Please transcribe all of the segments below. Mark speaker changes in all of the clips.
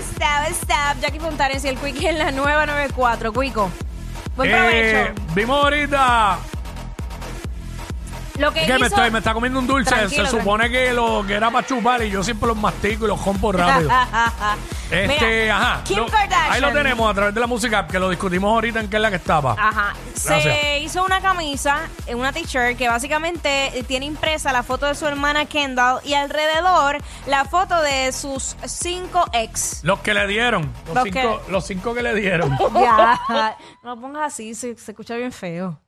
Speaker 1: Stab, stab, stab. Jackie Fontanes y el Quickie en la nueva 94. Quico, buen
Speaker 2: Eh,
Speaker 1: provecho.
Speaker 2: vimos ahorita
Speaker 1: Lo que,
Speaker 2: que
Speaker 1: hizo,
Speaker 2: me, estoy- me está comiendo un dulce.
Speaker 1: Tranquilo,
Speaker 2: Se supone que lo que era para chupar y yo siempre los mastico y los compro rápido. este,
Speaker 1: Mira,
Speaker 2: ajá.
Speaker 1: Kim
Speaker 2: lo-
Speaker 1: Kardashian.
Speaker 2: Ahí lo tenemos a través de la música app, que lo discutimos ahorita en qué es la que estaba.
Speaker 1: Ajá. Se
Speaker 2: Gracias.
Speaker 1: hizo una camisa, eh, una t-shirt que básicamente eh, tiene impresa la foto de su hermana Kendall y alrededor la foto de sus cinco ex.
Speaker 2: Los que le dieron. Los,
Speaker 1: Los
Speaker 2: cinco, los cinco que le dieron.
Speaker 1: Ya, no lo pongas así, se, se escucha bien feo.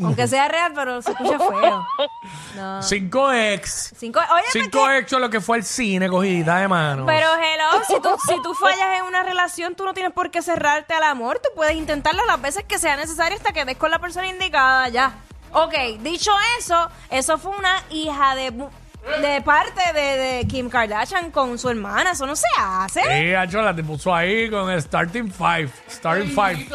Speaker 1: Aunque sea real, pero se escucha feo.
Speaker 2: cinco ex.
Speaker 1: Cinco, oye, ¿por
Speaker 2: Cinco
Speaker 1: qué?
Speaker 2: ex son lo que fue al cine cogida de mano.
Speaker 1: Pero hello, si tú, si tú fallas en una relación, tú no tienes por qué cerrarte al amor. Tú puedes intentarlo las veces que sea necesario hasta que des con la persona indicada ya. Ok, dicho eso, eso fue una hija de, bu- de parte de, de Kim Kardashian con su hermana. Eso no se hace.
Speaker 2: Sí, Hacho, la te puso ahí con el Starting Five. Starting Five.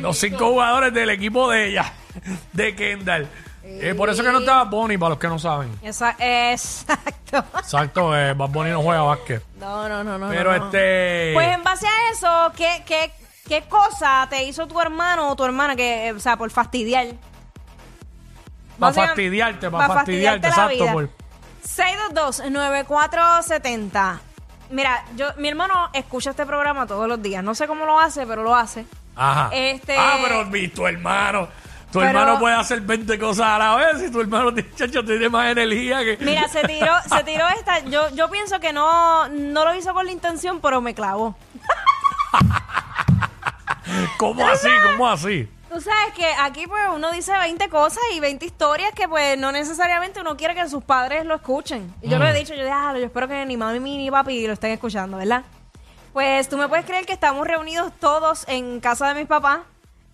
Speaker 2: Los cinco jugadores del equipo de ella, de Kendall. Eh, por eso que no estaba Bonnie, para los que no saben.
Speaker 1: Esa- exacto.
Speaker 2: Exacto, eh, Bad Bunny no juega básquet.
Speaker 1: No, no, no, no.
Speaker 2: Pero
Speaker 1: no, no.
Speaker 2: este.
Speaker 1: Pues en base a eso, ¿qué, qué, qué cosa te hizo tu hermano o tu hermana que, eh, o sea, por fastidiar?
Speaker 2: para
Speaker 1: básicamente-
Speaker 2: fastidiarte,
Speaker 1: pa'
Speaker 2: para fastidiarte,
Speaker 1: fastidiarte la
Speaker 2: exacto.
Speaker 1: vida.
Speaker 2: por-
Speaker 1: 622-9470. Mira, yo, mi hermano escucha este programa todos los días. No sé cómo lo hace, pero lo hace.
Speaker 2: Ajá.
Speaker 1: Este-
Speaker 2: Ah, pero mi, tu hermano. Tu
Speaker 1: Pero-
Speaker 2: hermano puede hacer 20 cosas a la vez y tu hermano tiene- chacho, tiene más energía que.
Speaker 1: Mira, se tiró, se tiró esta. Yo, yo pienso que no, no lo hizo con la intención, pero me clavó.
Speaker 2: ¿Cómo así? ¿Cómo así?
Speaker 1: Tú sabes que aquí pues uno dice 20 cosas y 20 historias que pues no necesariamente uno quiere que sus padres lo escuchen. Y yo lo he dicho, yo digo, yo espero que ni mami ni papi lo estén escuchando, ¿verdad? Pues tú me puedes creer que estamos reunidos todos en casa de mis papás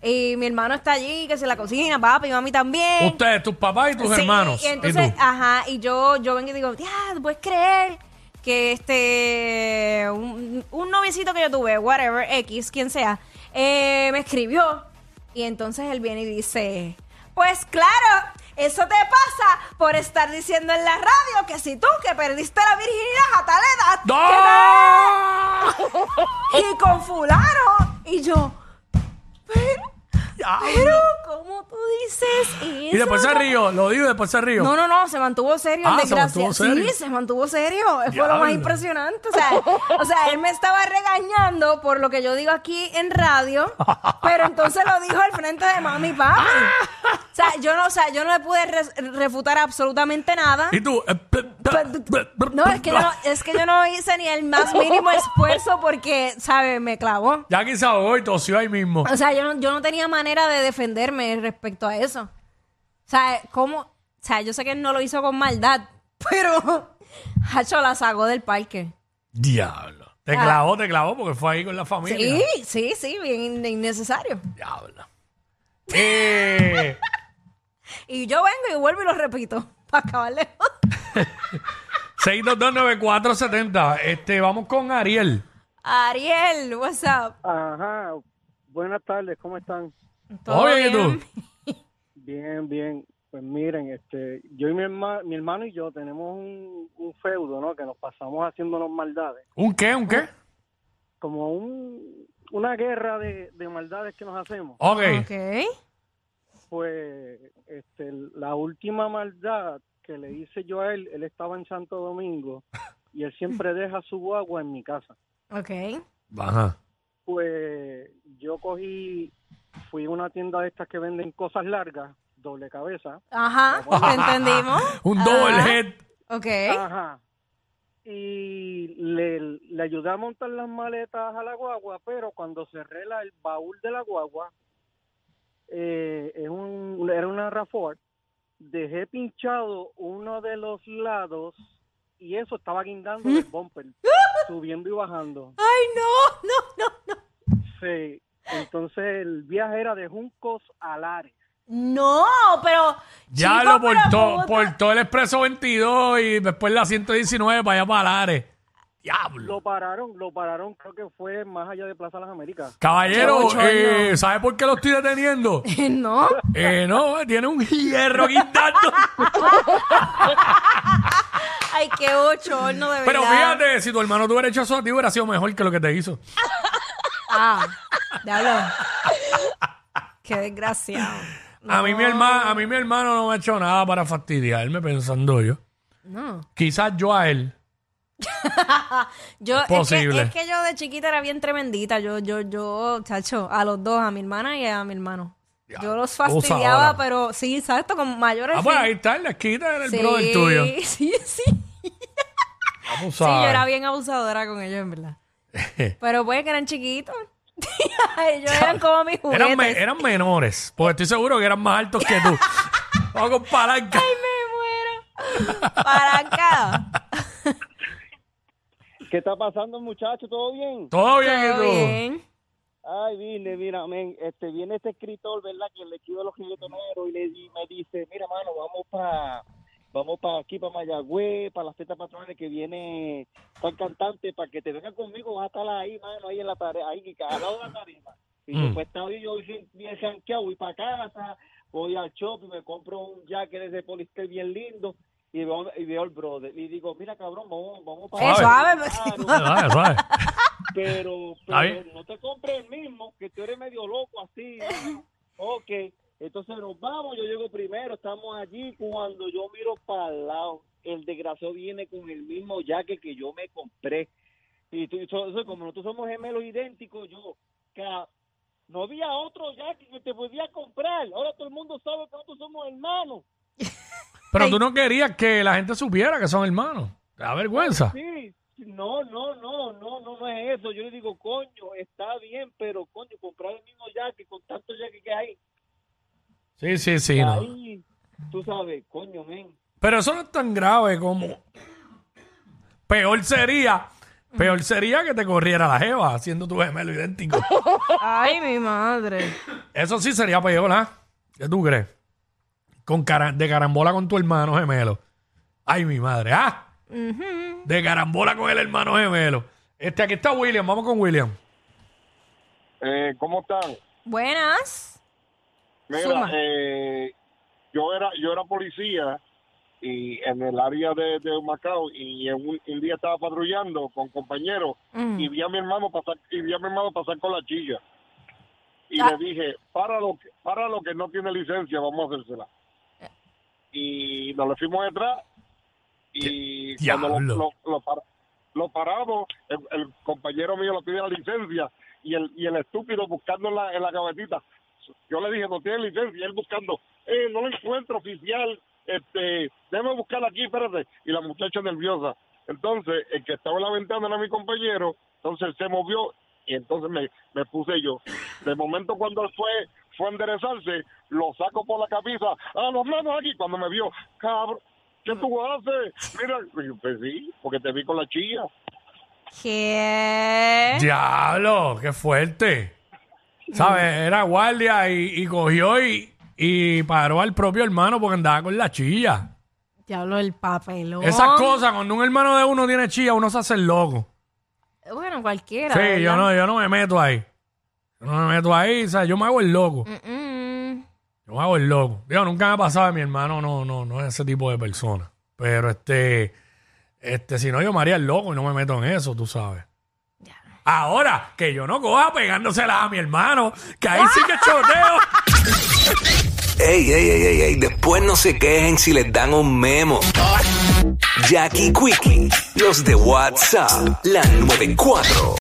Speaker 1: y mi hermano está allí, que se la cocina, papi, mami también.
Speaker 2: Ustedes, tus papás y tus
Speaker 1: Sí,
Speaker 2: hermanos.
Speaker 1: Y entonces,
Speaker 2: tú.
Speaker 1: ajá, y yo, yo vengo y digo, ya, ¿tú puedes creer que este, un, un noviecito que yo tuve, whatever, X, quien sea, eh, me escribió. Y entonces él viene y dice, pues claro, eso te pasa por estar diciendo en la radio que si tú que perdiste la virginidad a tal edad,
Speaker 2: ¡No!
Speaker 1: que tal- y con fulano, y yo, pero, pero, ¿cómo tú dices eso?
Speaker 2: Y después se río, lo digo y después se río.
Speaker 1: No, no, no, se mantuvo serio,
Speaker 2: Ah, se
Speaker 1: desgracia.
Speaker 2: mantuvo serio.
Speaker 1: Sí, se mantuvo serio. Fue lo
Speaker 2: Diablo.
Speaker 1: más impresionante. O sea, o sea, él me estaba regañando por lo que yo digo aquí en radio, pero entonces lo dijo al frente de mami y papi.
Speaker 2: Ah.
Speaker 1: O sea, yo no, o sea, yo no le pude res- refutar absolutamente nada.
Speaker 2: Y tú. eh, pe- pe- pe- pe-
Speaker 1: No, es que yo no, es que yo no hice ni el más mínimo esfuerzo porque, ¿sabes? Me clavó.
Speaker 2: Ya quizá hoy tosió ahí mismo.
Speaker 1: O sea, yo no, yo no tenía manera de defenderme respecto a eso. O sea, ¿cómo? O sea, yo sé que él no lo hizo con maldad, pero Hacho la sacó del parque.
Speaker 2: Diablo. Te
Speaker 1: Ah.
Speaker 2: clavó, te clavó porque fue ahí con la familia.
Speaker 1: Sí, sí, sí, bien in- innecesario.
Speaker 2: Diablo. Eh,
Speaker 1: Y yo vengo y vuelvo y lo repito para acabarle.
Speaker 2: 6229470. Este, vamos con Ariel.
Speaker 1: Ariel, what's up?
Speaker 3: Ajá, buenas tardes, ¿cómo están?
Speaker 1: ¿Todo
Speaker 2: Oye, ¿y
Speaker 1: bien?
Speaker 2: tú?
Speaker 3: Bien, bien. Pues miren, este, yo y mi, herma- mi hermano y yo tenemos un, un feudo, ¿no? Que nos pasamos haciéndonos maldades.
Speaker 2: ¿Un qué? ¿Un qué?
Speaker 3: Como un, una guerra de, de maldades que nos hacemos.
Speaker 2: Ok.
Speaker 1: Ok.
Speaker 3: Pues este, la última maldad que le hice yo a él, él estaba en Santo Domingo y él siempre deja su guagua en mi casa.
Speaker 1: Ok.
Speaker 2: Ajá.
Speaker 3: Pues yo cogí, fui a una tienda de estas que venden cosas largas, doble cabeza.
Speaker 1: Ajá, te entendimos.
Speaker 2: Un double
Speaker 1: Ajá.
Speaker 2: head.
Speaker 1: Ok.
Speaker 3: Ajá. Y le, le ayudé a montar las maletas a la guagua, pero cuando cerré la- el baúl de la guagua, eh, es un- era una RAFOR, dejé pinchado uno de los lados y eso estaba guindando el bumper, subiendo y bajando.
Speaker 1: Ay, no, no, no, no.
Speaker 3: Sí, entonces el viaje era de Juncos a Lares.
Speaker 1: No, pero.
Speaker 2: Ya
Speaker 1: chico,
Speaker 2: lo
Speaker 1: pero
Speaker 2: portó,
Speaker 1: puta.
Speaker 2: portó el expreso 22 y después la 119 para allá para Lares. Diablo.
Speaker 3: Lo pararon, lo pararon, creo que fue más allá de Plaza Las Américas.
Speaker 2: Caballero,
Speaker 1: Qué bochorno.
Speaker 2: eh, ¿sabe por qué lo estoy deteniendo?
Speaker 1: No.
Speaker 2: Eh, no, tiene un hierro guindando.
Speaker 1: Ay, qué bochorno, de verdad.
Speaker 2: Pero fíjate, si tu hermano te hubiera hecho eso a ti, hubiera sido mejor que lo que te hizo.
Speaker 1: Ah, diablo. Qué desgraciado.
Speaker 2: A, mí, mi hermano, a mí mi hermano no me ha hecho nada para fastidiarme, pensando yo.
Speaker 1: No.
Speaker 2: Quizás yo a él.
Speaker 1: Yo, es que-
Speaker 2: Posible.
Speaker 1: Es que, yo de chiquita era bien tremendita. Yo, yo, yo, chacho, a los dos, a mi hermana y a mi hermano. Yo los
Speaker 2: cosa
Speaker 1: fastidiaba,
Speaker 2: ahora.
Speaker 1: pero sí, exacto, con mayores.
Speaker 2: Ah, pues
Speaker 1: sí.
Speaker 2: ahí está, en la esquina era el
Speaker 1: sí,
Speaker 2: brother tuyo.
Speaker 1: Sí, sí.
Speaker 2: Vamos
Speaker 1: Sí,
Speaker 2: a
Speaker 1: yo
Speaker 2: ver.
Speaker 1: era bien abusadora con ellos, en verdad. Pero pues que eran chiquitos. ellos eran como mis juguetes.
Speaker 2: Eran, me- eran menores, porque estoy seguro que eran más altos que tú. Vamos a comparar. ca-
Speaker 1: Ay, me muero. Para acá.
Speaker 3: ¿Qué está pasando, muchachos? ¿Todo bien?
Speaker 2: Todo bien, ¿y
Speaker 1: Todo
Speaker 2: tú?
Speaker 1: bien.
Speaker 3: Ay, vine, mira, men, este, viene este escritor, ¿verdad? Que le escribe a los reggaetoneros y, le, di- me dice, mira, mano, vamos para vamos pa aquí, para Mayagüez, para las fiestas patronales que viene tal cantante, para que te vengan conmigo, vas a estar ahí, mano, ahí en la tarea, ahí, al lado de la tarima. Y
Speaker 2: Mm.
Speaker 3: después estaba yo pues, bien- bien janqueado, voy para casa, voy al shopping, me compro un jacket de polister bien lindo y veo, y veo el brother. Y digo, mira, cabrón, vamos, vamos Ah, para...
Speaker 1: Eh, suave.
Speaker 2: Suave, suave.
Speaker 3: Pero,
Speaker 2: Está
Speaker 3: pero
Speaker 2: bien.
Speaker 3: no te compres el mismo, que tú eres medio loco así. ok, entonces nos vamos, yo llego primero, estamos allí. Cuando yo miro para el lado, el desgraciado viene con el mismo jaque que yo me compré. Y tú, so- so- como nosotros somos gemelos idénticos, yo, ca- no había otro jaque que te podía comprar. Ahora todo el mundo sabe que nosotros somos hermanos.
Speaker 2: Pero tú no querías que la gente supiera que son hermanos. Te da vergüenza.
Speaker 3: Sí, no, no, no, no, no, no es eso. Yo le digo, coño, está bien, pero coño, comprar el mismo jacket con tanto jacket que hay.
Speaker 2: Sí, sí, sí. No.
Speaker 3: Ahí, tú sabes, coño, men.
Speaker 2: Pero eso no es tan grave como... Peor sería... Peor sería que te corriera la jeva haciendo tu gemelo idéntico.
Speaker 1: Ay, mi madre.
Speaker 2: Eso sí sería peor, ¿ah? ¿Qué tú crees? Con cara- de carambola con tu hermano gemelo. Ay, mi madre, ¿ah? De carambola con el hermano gemelo. Este, aquí está William, vamos con William.
Speaker 4: Eh, ¿Cómo están?
Speaker 1: Buenas. Zumba.
Speaker 4: Mira, eh, yo era yo era policía y en el área de, de Macao y en un, un día estaba patrullando con compañeros
Speaker 1: Mm.
Speaker 4: y vi a mi hermano pasar y vi a mi hermano pasar con la chilla y
Speaker 1: Ah.
Speaker 4: le dije para lo que para lo que no tiene licencia vamos a hacérsela
Speaker 1: Eh.
Speaker 4: y nos le fuimos detrás y
Speaker 2: Di-
Speaker 4: cuando lo,
Speaker 2: diablo.
Speaker 4: lo- lo par- lo paramos el, el compañero mío le pide la licencia y el y el estúpido buscando en la, en la gavetita yo le dije no tiene licencia y él buscando eh, no lo encuentro oficial este déjame buscar aquí espérate y la muchacha nerviosa entonces el que estaba en la ventana era mi compañero entonces él se movió y entonces me, me puse yo de momento cuando él fue fue a enderezarse lo saco por la camisa a los manos aquí cuando me vio cabrón ¿Qué tú haces? Mira, Y yo, pues sí, porque te vi con la chilla. ¿Eh?
Speaker 1: ¿Qué?
Speaker 2: Diablo, qué fuerte. ¿Sabes?
Speaker 4: Mm.
Speaker 2: Era guardia y, y cogió y, y paró al propio hermano porque andaba con la chilla.
Speaker 1: Diablo, el papelón.
Speaker 2: Esas cosas, cuando un hermano de uno tiene chilla, uno se hace el loco.
Speaker 1: Bueno, cualquiera.
Speaker 2: Sí, yo
Speaker 1: ¿verdad?
Speaker 2: no, yo no me meto ahí. Yo no me meto ahí, o sea, yo me hago el loco.
Speaker 1: Mm. Mm-mm.
Speaker 2: Yo me hago el loco. Digo, nunca me ha pasado, mi hermano no, no, no es ese tipo de persona. Pero este, este, si no, yo me haría el loco y no me meto en eso, tú sabes.
Speaker 1: Ya.
Speaker 2: Ahora, que yo no coja pegándoselas a mi hermano, que ahí sí que choteo.
Speaker 5: Ey, ey, ey, ey, ey, después no se quejen si les dan un memo. Jackie Quickie, los de WhatsApp, la 94.